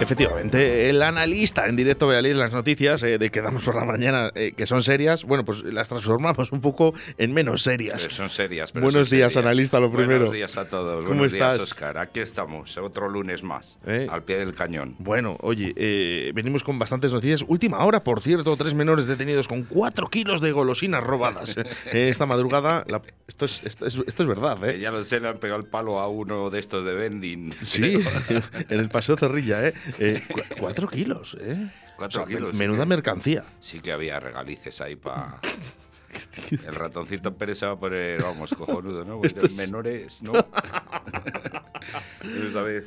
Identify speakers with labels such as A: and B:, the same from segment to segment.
A: Efectivamente, el analista en directo Valladolid, las noticias eh, de que damos por la mañana eh, que son serias, bueno, pues las transformamos un poco en menos serias.
B: Pero son serias. Pero
A: Buenos
B: son
A: días,
B: serias.
A: analista, lo primero.
B: Buenos días a todos.
A: ¿Cómo
B: Buenos
A: estás?
B: días, Oscar. Aquí estamos, otro lunes más,
A: ¿Eh?
B: al pie del cañón.
A: Bueno, oye, eh, venimos con bastantes noticias. Última hora, por cierto, tres menores detenidos con cuatro kilos de golosinas robadas. Eh, esta madrugada, la- esto, es, esto, es, esto es verdad,
B: Que
A: ¿eh?
B: ya lo sé, le han pegado el palo a uno de estos de vending.
A: Sí, en el Paseo Zorrilla, ¿eh? Eh, cu- cuatro kilos, ¿eh?
B: Cuatro
A: men-
B: kilos, sí
A: Menuda
B: que-
A: mercancía.
B: Sí que había regalices ahí para... El ratoncito Pérez se va a poner, vamos, cojonudo, ¿no? Bueno, Menores, ¿no? Pero, ¿sabes?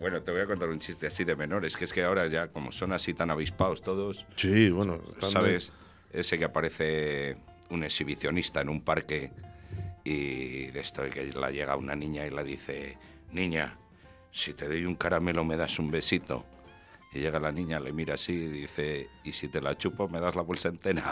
B: Bueno, te voy a contar un chiste así de menores, que es que ahora ya, como son así tan avispados todos,
A: Sí, bueno, están-
B: Pues, ¿Sabes? Ese que aparece un exhibicionista en un parque y de esto que la llega una niña y la dice, niña, si te doy un caramelo me das un besito. Y llega la niña, le mira así y dice, y si te la chupo me das la bolsa entera.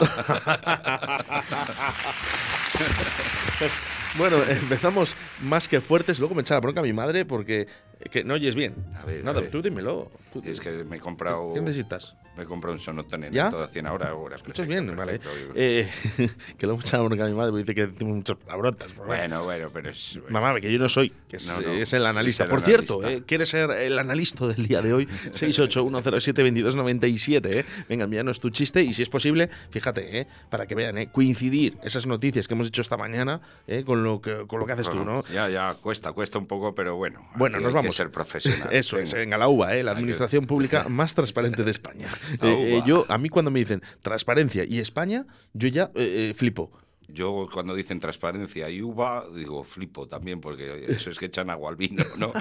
A: Bueno, empezamos más que fuertes. Luego me echaba bronca mi madre porque eh, que no oyes bien.
B: A ver,
A: Nada,
B: a ver.
A: tú dímelo. Tú-
B: es que me he
A: ¿Qué-
B: comprado...
A: ¿Qué necesitas?
B: Me he comprado un sonotón en
A: ¿Ya?
B: toda 100 ahora. ahora
A: Escuchas
B: perfecto,
A: bien, vale.
B: perfecto.
A: Eh, que lo he echado bronca a mi madre porque dice que decimos muchas palabrotas. pero bueno.
B: bueno, bueno, pero es...
A: Mamá, que yo no soy, que es,
B: No, no.
A: es el analista.
B: Es el
A: Por cierto,
B: analista.
A: ¿eh? ¿quieres ser el analista del día de hoy? 681072297, ¿eh? Venga, envíanos tu chiste y si es posible, fíjate, ¿eh? para que vean, ¿eh? coincidir esas noticias que hemos hecho esta mañana ¿eh? con, lo que, con lo que haces tú, ¿no?
B: Ya, ya, cuesta, cuesta un poco, pero bueno.
A: Bueno,
B: aquí
A: nos
B: hay
A: vamos.
B: Que ser profesional.
A: Eso es,
B: Venga.
A: venga, la UBA, ¿eh? la
B: Hay que-
A: administración pública más transparente de España.
B: La
A: Eh, eh,
B: UBA.
A: yo, a mí cuando me dicen transparencia y España, yo ya eh, eh, flipo.
B: Yo cuando dicen transparencia y uva, digo flipo también, porque eso es que echan agua al vino, ¿no?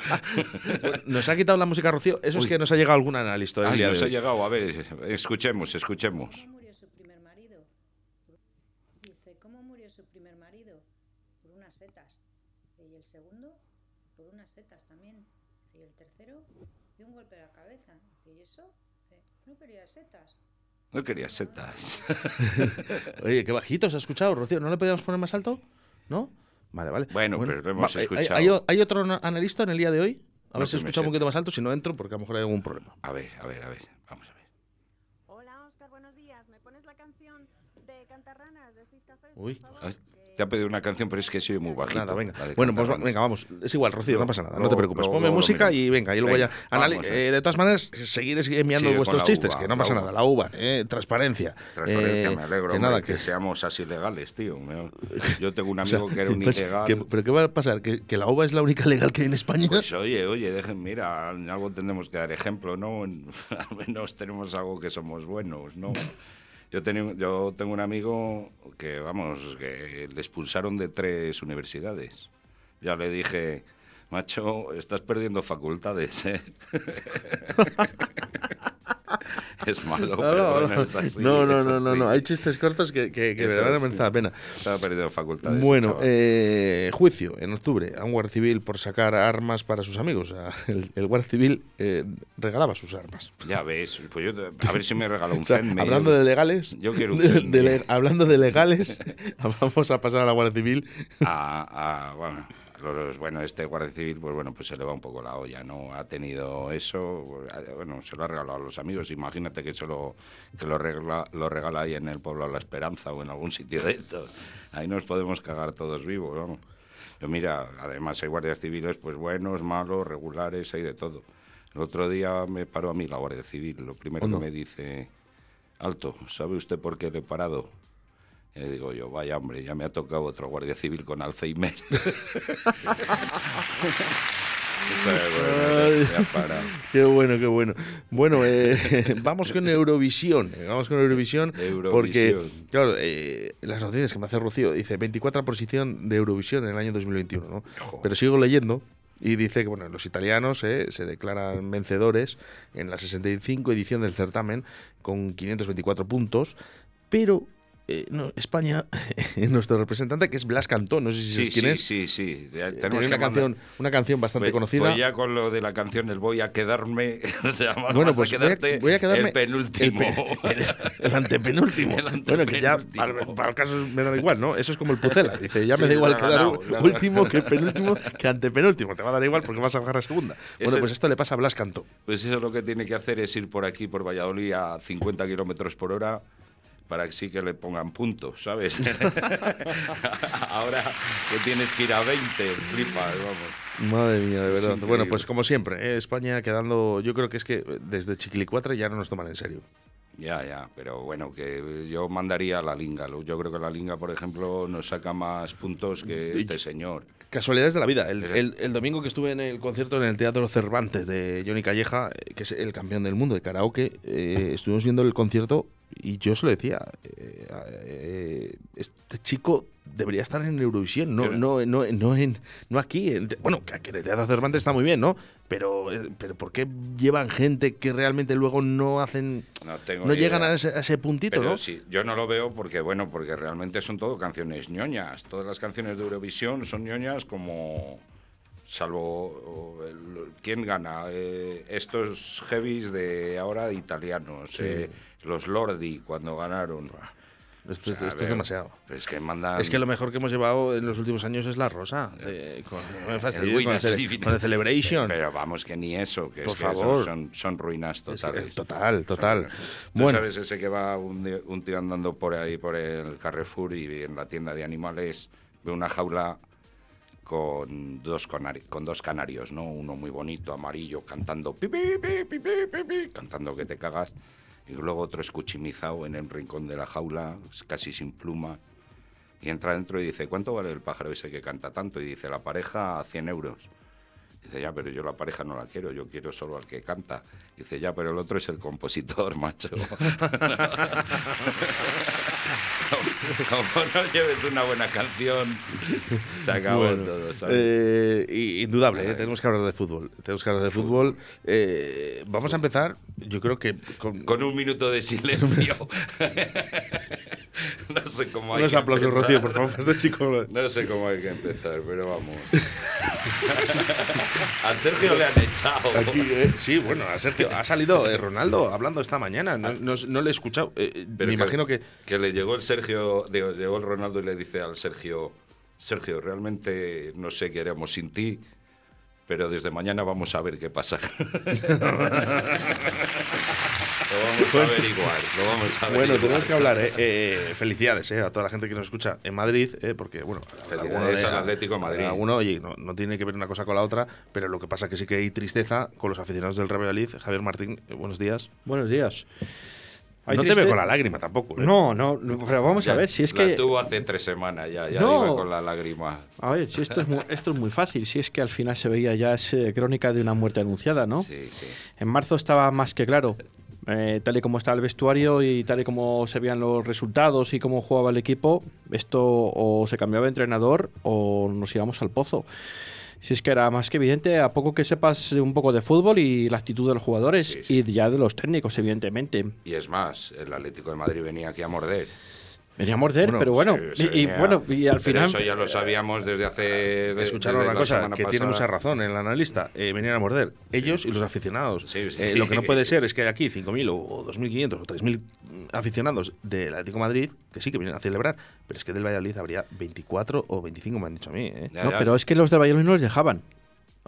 A: Nos ha quitado la música, Rocío. Eso es que nos ha llegado algún analista. del
B: Ay,
A: día de
B: nos ha
A: hoy.
B: llegado, a ver, escuchemos, escuchemos.
C: ¿Cómo murió su primer marido? Dice, ¿cómo murió su primer marido? Por unas setas. Dice, Y el segundo, por unas setas también. Dice, Y el tercero, de un golpe a la cabeza. Dice, ¿y eso? Dice, no quería setas.
B: No quería setas.
A: Oye, qué bajito se ha escuchado, Rocío. ¿No le podíamos poner más alto? ¿no? Vale, vale.
B: Bueno, pero lo hemos
A: va- eh, hay-
B: escuchado.
A: Hay, hay otro ana- analista en el día de hoy? A
B: No
A: ver si
B: que me
A: escucha un
B: sepa.
A: poquito más alto. Si no entro, porque a lo mejor hay algún problema.
B: A ver, a ver, a ver, vamos a ver.
D: Hola, Oscar, buenos días. ¿Me pones la canción de Cantarranas de Seis Cafés?
A: Uy.
D: por favor?
B: Ay, te ha pedido una canción, pero es que soy muy bajito.
A: Nada, venga.
B: Vale,
A: bueno, pues va-
B: cantamos.
A: venga, vamos. Es igual, Rocío, no pasa nada. no
B: Luego-
A: te preocupes.
B: luego-
A: Ponme
B: luego lo
A: música
B: miramos.
A: y venga, y luego
B: Venga,
A: ya. anali-
B: vamos, eh.
A: eh, de todas maneras, seguid enviando
B: Sigue con
A: vuestros
B: la
A: chistes,
B: uva,
A: que no
B: la
A: pasa
B: uva.
A: nada. La uva, eh, transparencia.
B: Transparencia,
A: Eh,
B: me alegro.
A: Que
B: hombre,
A: nada,
B: que,
A: que
B: seamos así legales, tío. Me- Yo tengo un
A: o sea,
B: amigo que era un
A: pues,
B: ilegal.
A: que- ¿Pero qué va a pasar? ¿Que, que la uva es la única legal que hay en España?
B: Pues oye, oye, dejen, mira, en algo tendremos que dar ejemplo, ¿no? En- Al menos tenemos algo que somos buenos, ¿no? Yo, teni- yo tengo un amigo que, vamos, que le expulsaron de tres universidades. Ya le dije, macho, estás perdiendo facultades, ¿eh? es malo,
A: No,
B: pero
A: no,
B: bueno,
A: no.
B: es así,
A: no, no,
B: es
A: no, no,
B: así.
A: no. Hay chistes cortos que, que, que
B: Es
A: verdaderamente
B: así.
A: merece la pena.
B: Estaba perdiendo facultades.
A: Bueno,
B: chaval.
A: eh, juicio en octubre a un guardia civil por sacar armas para sus amigos. O sea, el, el guardia civil eh, regalaba sus armas.
B: Ya ves, pues yo, a ver si me regaló un
A: O sea,
B: Zenme,
A: hablando
B: yo-
A: de legales,
B: yo quiero un
A: de-
B: Zenme.
A: de le- hablando de legales, vamos a pasar a la Guardia Civil.
B: a, a- bueno, a los, bueno, este guardia civil, pues bueno, pues se le va un poco la olla, ¿no? Ha tenido eso, ha- bueno, se lo ha regalado a los amigos, imagínate que se lo, que lo, regla- lo regala ahí en el pueblo de la Esperanza o en algún sitio de estos. Ahí nos podemos cagar todos vivos, vamos. Pero mira, además hay guardias civiles, pues buenos, malos, regulares, hay de todo. El otro día me paró a mí la Guardia Civil, lo primero
A: Hondo.
B: que me dice, alto, ¿sabe usted por qué le he parado? Y le digo yo, vaya hombre, ya me ha tocado otro guardia civil con Alzheimer. Eso es bueno, ya para.
A: Qué bueno, qué bueno. Bueno, eh, vamos con Eurovisión. eh, Vamos con Eurovisión.
B: Eurovisión.
A: Porque, claro, eh, las noticias que me hace Rocío, dice 24 posición de Eurovisión en el año 2021, ¿no?
B: Joder.
A: Pero sigo leyendo y dice que, bueno, los italianos eh, se declaran vencedores en la 65 edición del certamen con 524 puntos, pero eh, no, España, nuestro representante, que es Blas Cantó, no sé si
B: Sí,
A: sabes quién
B: sí,
A: es.
B: sí, sí. Ya
A: Eh, tiene
B: Tenemos que
A: una canción,
B: mandar-
A: una canción bastante
B: Pues-
A: conocida.
B: Pues ya con lo de la canción el voy a quedarme, o sea, vas
A: bueno,
B: a
A: pues voy a-
B: quedarte
A: voy a quedarme
B: el penúltimo.
A: El, pe- el- el antepenúltimo.
B: El
A: Bueno, que ya para,
B: antepenúltimo.
A: para el caso me da igual, ¿no? Eso es como el Pucela. Dice, ya me
B: Sí,
A: da igual
B: le ha
A: quedar
B: ganado,
A: u-
B: le ha ganado.
A: último que penúltimo que antepenúltimo. Te va a dar igual porque vas a bajar a segunda. Bueno,
B: Ese-
A: pues esto le pasa a Blas Cantó.
B: Pues eso lo que tiene que hacer es ir por aquí, por Valladolid, a 50 kilómetros por hora para que sí que le pongan puntos, ¿sabes? Ahora que tienes que ir a 20, flipas, vamos.
A: Madre mía, de
B: Es
A: verdad.
B: increíble.
A: Bueno, pues como siempre, ¿eh? España quedando. Yo creo que es que eh, desde Chiquilicuatre ya no nos toman en serio.
B: Ya, ya, pero bueno, que yo mandaría a la Linga. lo- Yo creo que la Linga, por ejemplo, nos saca más puntos que este señor.
A: Casualidades de la vida. El,
B: Sí.
A: el- el domingo que estuve en el concierto en el Teatro Cervantes de Johnny Calleja, eh, que es el campeón del mundo de karaoke, eh, estuvimos viendo el concierto y yo se lo decía, eh, eh, este chico debería estar en Eurovisión, no,
B: Pero-
A: no, no, no, en, no aquí. en- bueno, que aquí en el Teatro Cervantes está muy bien, ¿no? Pero, eh, pero ¿por qué llevan gente que realmente luego no hacen...
B: No, tengo
A: No
B: ni
A: llegan
B: idea.
A: a ese, a ese puntito,
B: Pero
A: ¿no?
B: sí, yo no lo veo porque, bueno, porque realmente son todo canciones ñoñas. Todas las canciones de Eurovisión son ñoñas como... Salvo... o, el- ¿Quién gana? Eh, estos heavies de ahora de italianos. eh, los Lordi cuando ganaron.
A: Esto, es-
B: O sea,
A: esto es
B: veo-
A: demasiado.
B: Pero es que mandan...
A: Es que lo mejor que hemos llevado en los últimos años es la rosa. eh, con, no me fastidies,
B: El
A: con, el,
B: Winners
A: cele-
B: Living.
A: con el Celebration.
B: Pero vamos, que ni eso, que, es
A: Por
B: que eso
A: favor.
B: Son, son ruinas
A: Es que-
B: totales.
A: total, total.
B: ¿Tú
A: Bueno,
B: sabes ese que va un, di- un tío andando por ahí, por el Carrefour y en la tienda de animales ve una jaula con dos, conari- con dos canarios, ¿no? Uno muy bonito, amarillo, cantando pi, pi, pi, pi, pi, pi, pi, cantando que te cagas. Y luego otro escuchimizado en el rincón de la jaula, casi sin pluma. Y entra dentro y dice, ¿cuánto vale el pájaro ese que canta tanto? Y dice, la pareja, 100 euros. Dice, ya, pero yo la pareja no la quiero, yo quiero solo al que canta. Dice, ya, pero el otro es el compositor, macho. Como no lleves una buena canción, se acabó
A: bueno,
B: todo, ¿sabes?
A: eh, y- indudable, eh, tenemos que hablar de fútbol. Tenemos que hablar de fútbol. Eh, vamos a empezar, yo creo que con,
B: Con un minuto de silencio. no sé cómo hay
A: unos
B: que
A: aplausos,
B: empezar.
A: Rocío, por favor. Este chico.
B: No sé cómo hay que empezar, pero vamos. Al Sergio le han echado.
A: Aquí, eh, sí, bueno, a Sergio. Ha salido eh, Ronaldo hablando esta mañana. No, no- no le he escuchado. Eh, eh,
B: Pero
A: me imagino que.
B: Que le llegó el Sergio, digo, llegó el Ronaldo y le dice al Sergio, Sergio, realmente no sé qué haremos sin ti, pero desde mañana vamos a ver qué pasa. lo vamos a averiguar, lo vamos a averiguar.
A: Bueno, tenemos que hablar, ¿eh? Eh, felicidades eh, a toda la gente que nos escucha en Madrid, eh, porque, bueno,
B: Felicidades
A: alguno de-
B: al Atlético de Madrid.
A: Alguno, oye, no, no tiene que ver una cosa con la otra, pero lo que pasa que sí que hay tristeza con los aficionados del Real Valladolid. Javier Martín, eh, buenos días.
E: Buenos días. Hay
A: no te
E: triste-
A: veo con la lágrima tampoco. ¿eh?
E: No, no, no, pero vamos
B: Ya,
E: a ver si es
B: la
E: que.
B: tuvo hace tres semanas ya, ya
E: No.
B: iba con la lágrima.
E: A ver, si esto es, muy, esto es muy fácil, si es que al final se veía ya es eh, crónica de una muerte anunciada, ¿no?
B: Sí, sí.
E: En marzo estaba más que claro, eh, tal y como estaba el vestuario y tal y como se veían los resultados y cómo jugaba el equipo, esto o se cambiaba de entrenador o nos íbamos al pozo. Si es que era más que evidente, a poco que sepas un poco de fútbol y la actitud de los jugadores
B: Sí, sí.
E: y ya de los técnicos, evidentemente.
B: Y es más, el Atlético de Madrid venía aquí a morder.
E: Venía a morder,
A: Bueno,
E: pero bueno,
B: Sí,
E: y,
B: sí,
E: y
B: ya.
E: bueno, y
B: Pero
E: al final...
B: Eso ya lo sabíamos desde hace.
A: Escucharon
B: desde
A: una
B: la
A: cosa,
B: semana
A: que tiene
B: pasada.
A: mucha razón el analista, eh, venían a morder ellos y los aficionados.
B: Sí, sí.
A: Eh, lo que no puede ser es que hay aquí 5.000 o- o 2.500 o 3.000 aficionados del Atlético de Madrid que sí que vienen a celebrar, pero es que del Valladolid habría 24 o 25, me han dicho a mí. ¿eh?
B: Ya,
E: No,
B: ya.
E: pero es que los de Valladolid no les dejaban.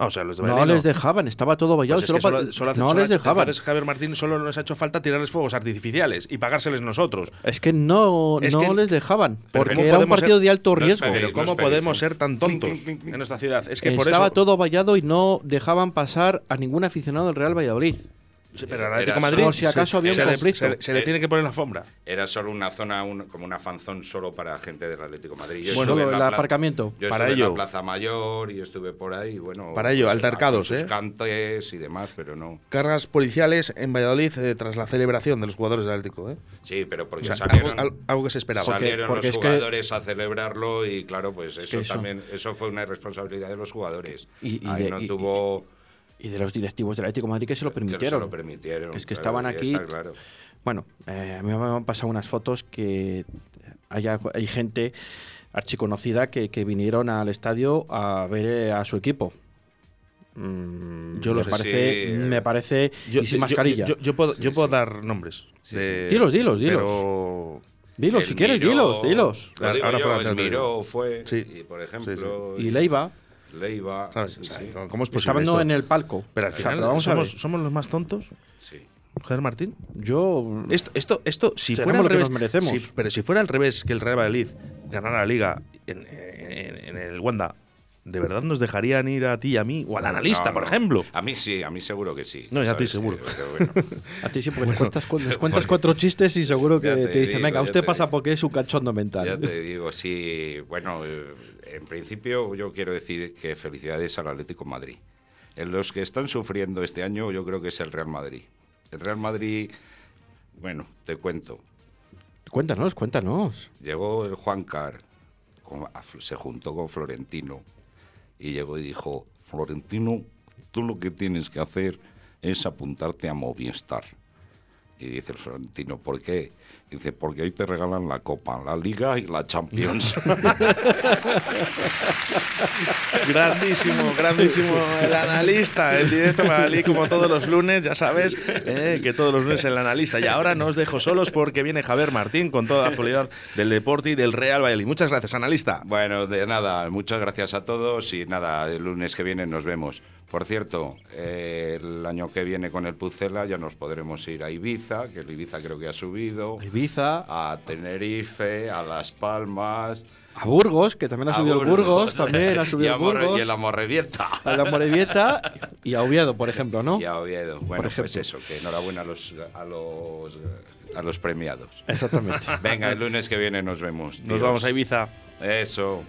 A: Ah, o sea, los de
E: No
A: Valladolid no.
E: les dejaban, estaba todo vallado.
A: Pues es que
E: solo pa-
A: solo- solo hace-
E: no
A: solo ha
E: les
A: hecho-
E: dejaban.
A: entonces, Javier Martín solo nos ha hecho falta tirarles fuegos artificiales y pagárseles nosotros.
E: Es que no,
A: Es
E: no
A: que-
E: les dejaban,
A: Pero
E: porque
A: ¿cómo
E: era un
A: podemos ser-
E: partido de alto
B: no es
E: riesgo.
B: Pero
A: Pero
B: no
A: ¿cómo
B: es
A: podemos
B: permitido.
A: ser tan
B: Clink,
A: tontos
B: clink, clink, clink.
A: en nuestra ciudad? Es que por
E: Estaba
A: eso...
E: todo vallado y no dejaban pasar a ningún aficionado del Real Valladolid.
A: Sí, Pero al Atlético
B: Era
A: de Madrid
E: solo si acaso había un
A: se le-
E: conflicto.
A: se le- se le
B: Eh,
A: tiene que poner la alfombra.
B: Era solo una zona, un- como una fanzón solo para gente del Atlético de Madrid. Yo
E: Bueno,
B: estuve en
E: el
B: la pla-
E: aparcamiento.
B: Yo
A: Para
B: estuve en
A: ello.
B: la Plaza Mayor y estuve por ahí, bueno...
A: Para ello,
B: pues,
A: altercados,
B: con sus
A: ¿eh?
B: cantes y demás, pero no...
A: Cargas policiales en Valladolid eh, tras la celebración de los jugadores del Atlético. ¿eh?
B: Sí, pero
A: O
B: porque
A: sea, algo,
B: salieron...
A: al- algo que se esperaba.
B: salieron
E: Porque- porque
B: los
E: es que-
B: jugadores a celebrarlo y claro, pues eso,
E: que eso-
B: también eso fue una irresponsabilidad de los jugadores.
E: Y- y
B: Ahí
E: de-
B: no
E: y-
B: tuvo
E: Y de los directivos del Atlético de Madrid que se lo
B: que se
E: permitieron.
B: lo permitieron.
E: Es que
B: claro,
E: estaban
B: y
E: aquí-
B: está claro.
E: Bueno, eh, a mí me han pasado unas fotos que haya- hay gente archiconocida que, que vinieron al estadio a ver eh, a su equipo. Mm,
A: Yo lo
E: me
A: sé,
E: parece,
B: sí.
E: Me parece... y sin mascarilla.
A: Yo, yo puedo,
B: Sí,
A: yo puedo
B: sí.
A: dar nombres.
B: Sí,
A: de-
E: sí. Dilos, dilos, dilos.
A: pero-
E: dilos, si
B: El
E: quieres,
B: Miró-
E: dilos, dilos.
B: Lo digo
A: Ahora
B: yo,
A: Fran te
B: el
A: lo digo.
B: Miró fue,
A: Sí.
B: y por
A: sí.
B: ejemplo,
E: Y Leiva, pues
B: Leiva.
A: ¿sabes?
B: sí,
A: O sea,
B: sí,
A: ¿Cómo es posible? esto?
E: estando en el palco.
A: Pero al
E: O sea,
A: final,
E: vamos a ver.
A: somos, somos los más tontos,
B: sí.
A: Javier Martín.
E: Yo...
A: Esto, esto, esto si
E: Tenemos
A: fuera al
E: lo que
A: revés,
E: nos merecemos.
A: si- pero si fuera al revés que el Real Madrid ganara la liga en, en- en el Wanda, ¿de verdad nos dejarían ir a ti y a mí? O al analista,
B: No,
A: por
B: no.
A: ejemplo.
B: A mí sí, a mí seguro que sí.
A: No, ya a ti
B: ¿sabes? Eh,
A: seguro.
B: Pero bueno,
E: A ti sí, porque les cuentas, cu- les
B: porque-
E: cuentas cuatro chistes y seguro que
B: Ya
E: te,
B: te
E: dicen,
B: digo,
E: venga,
B: ya
E: usted
B: te
E: pasa
B: digo".
E: porque es un cachondo mental.
B: ya te digo, sí. Bueno, eh, en principio yo quiero decir que felicidades al Atlético de Madrid. En los que están sufriendo este año yo creo que es el Real Madrid. El Real Madrid, bueno, te cuento.
E: Cuéntanos, cuéntanos.
B: Llegó el Juan Car, con- a Fl- se juntó con Florentino y llegó y dijo, Florentino, tú lo que tienes que hacer es apuntarte a Movistar. Y dice el Florentino, ¿por qué? Y dice, porque ahí te regalan la Copa, la Liga y la Champions.
A: Grandísimo, grandísimo el analista, el directo Magalí, como todos los lunes, ya sabes eh, que todos los lunes el analista. Y ahora no os dejo solos porque viene Javier Martín con toda la actualidad del deporte y del Real Valladolid. Muchas gracias, analista.
B: bueno, de nada, muchas gracias a todos y nada, el lunes que viene nos vemos. Por cierto, eh, el año que viene con el Pucela ya nos podremos ir a Ibiza, que el Ibiza creo que ha subido.
E: Ibiza,
B: a Tenerife, a Las Palmas.
E: a Burgos, que también ha
B: a
E: subido el Burgos, también ha
B: y
E: subido
B: a
E: el
B: Morre-
E: Burgos,
B: Y a la Morrevieta.
E: a la Morevieta y a Oviedo, por ejemplo, ¿no?
B: Y a Oviedo. Bueno, pues
E: ejemplo.
B: eso, que enhorabuena a los, a los, a los premiados.
E: Exactamente.
B: Venga, el lunes que viene nos vemos.
A: Nos
B: tíos.
A: vamos a Ibiza.
B: Eso.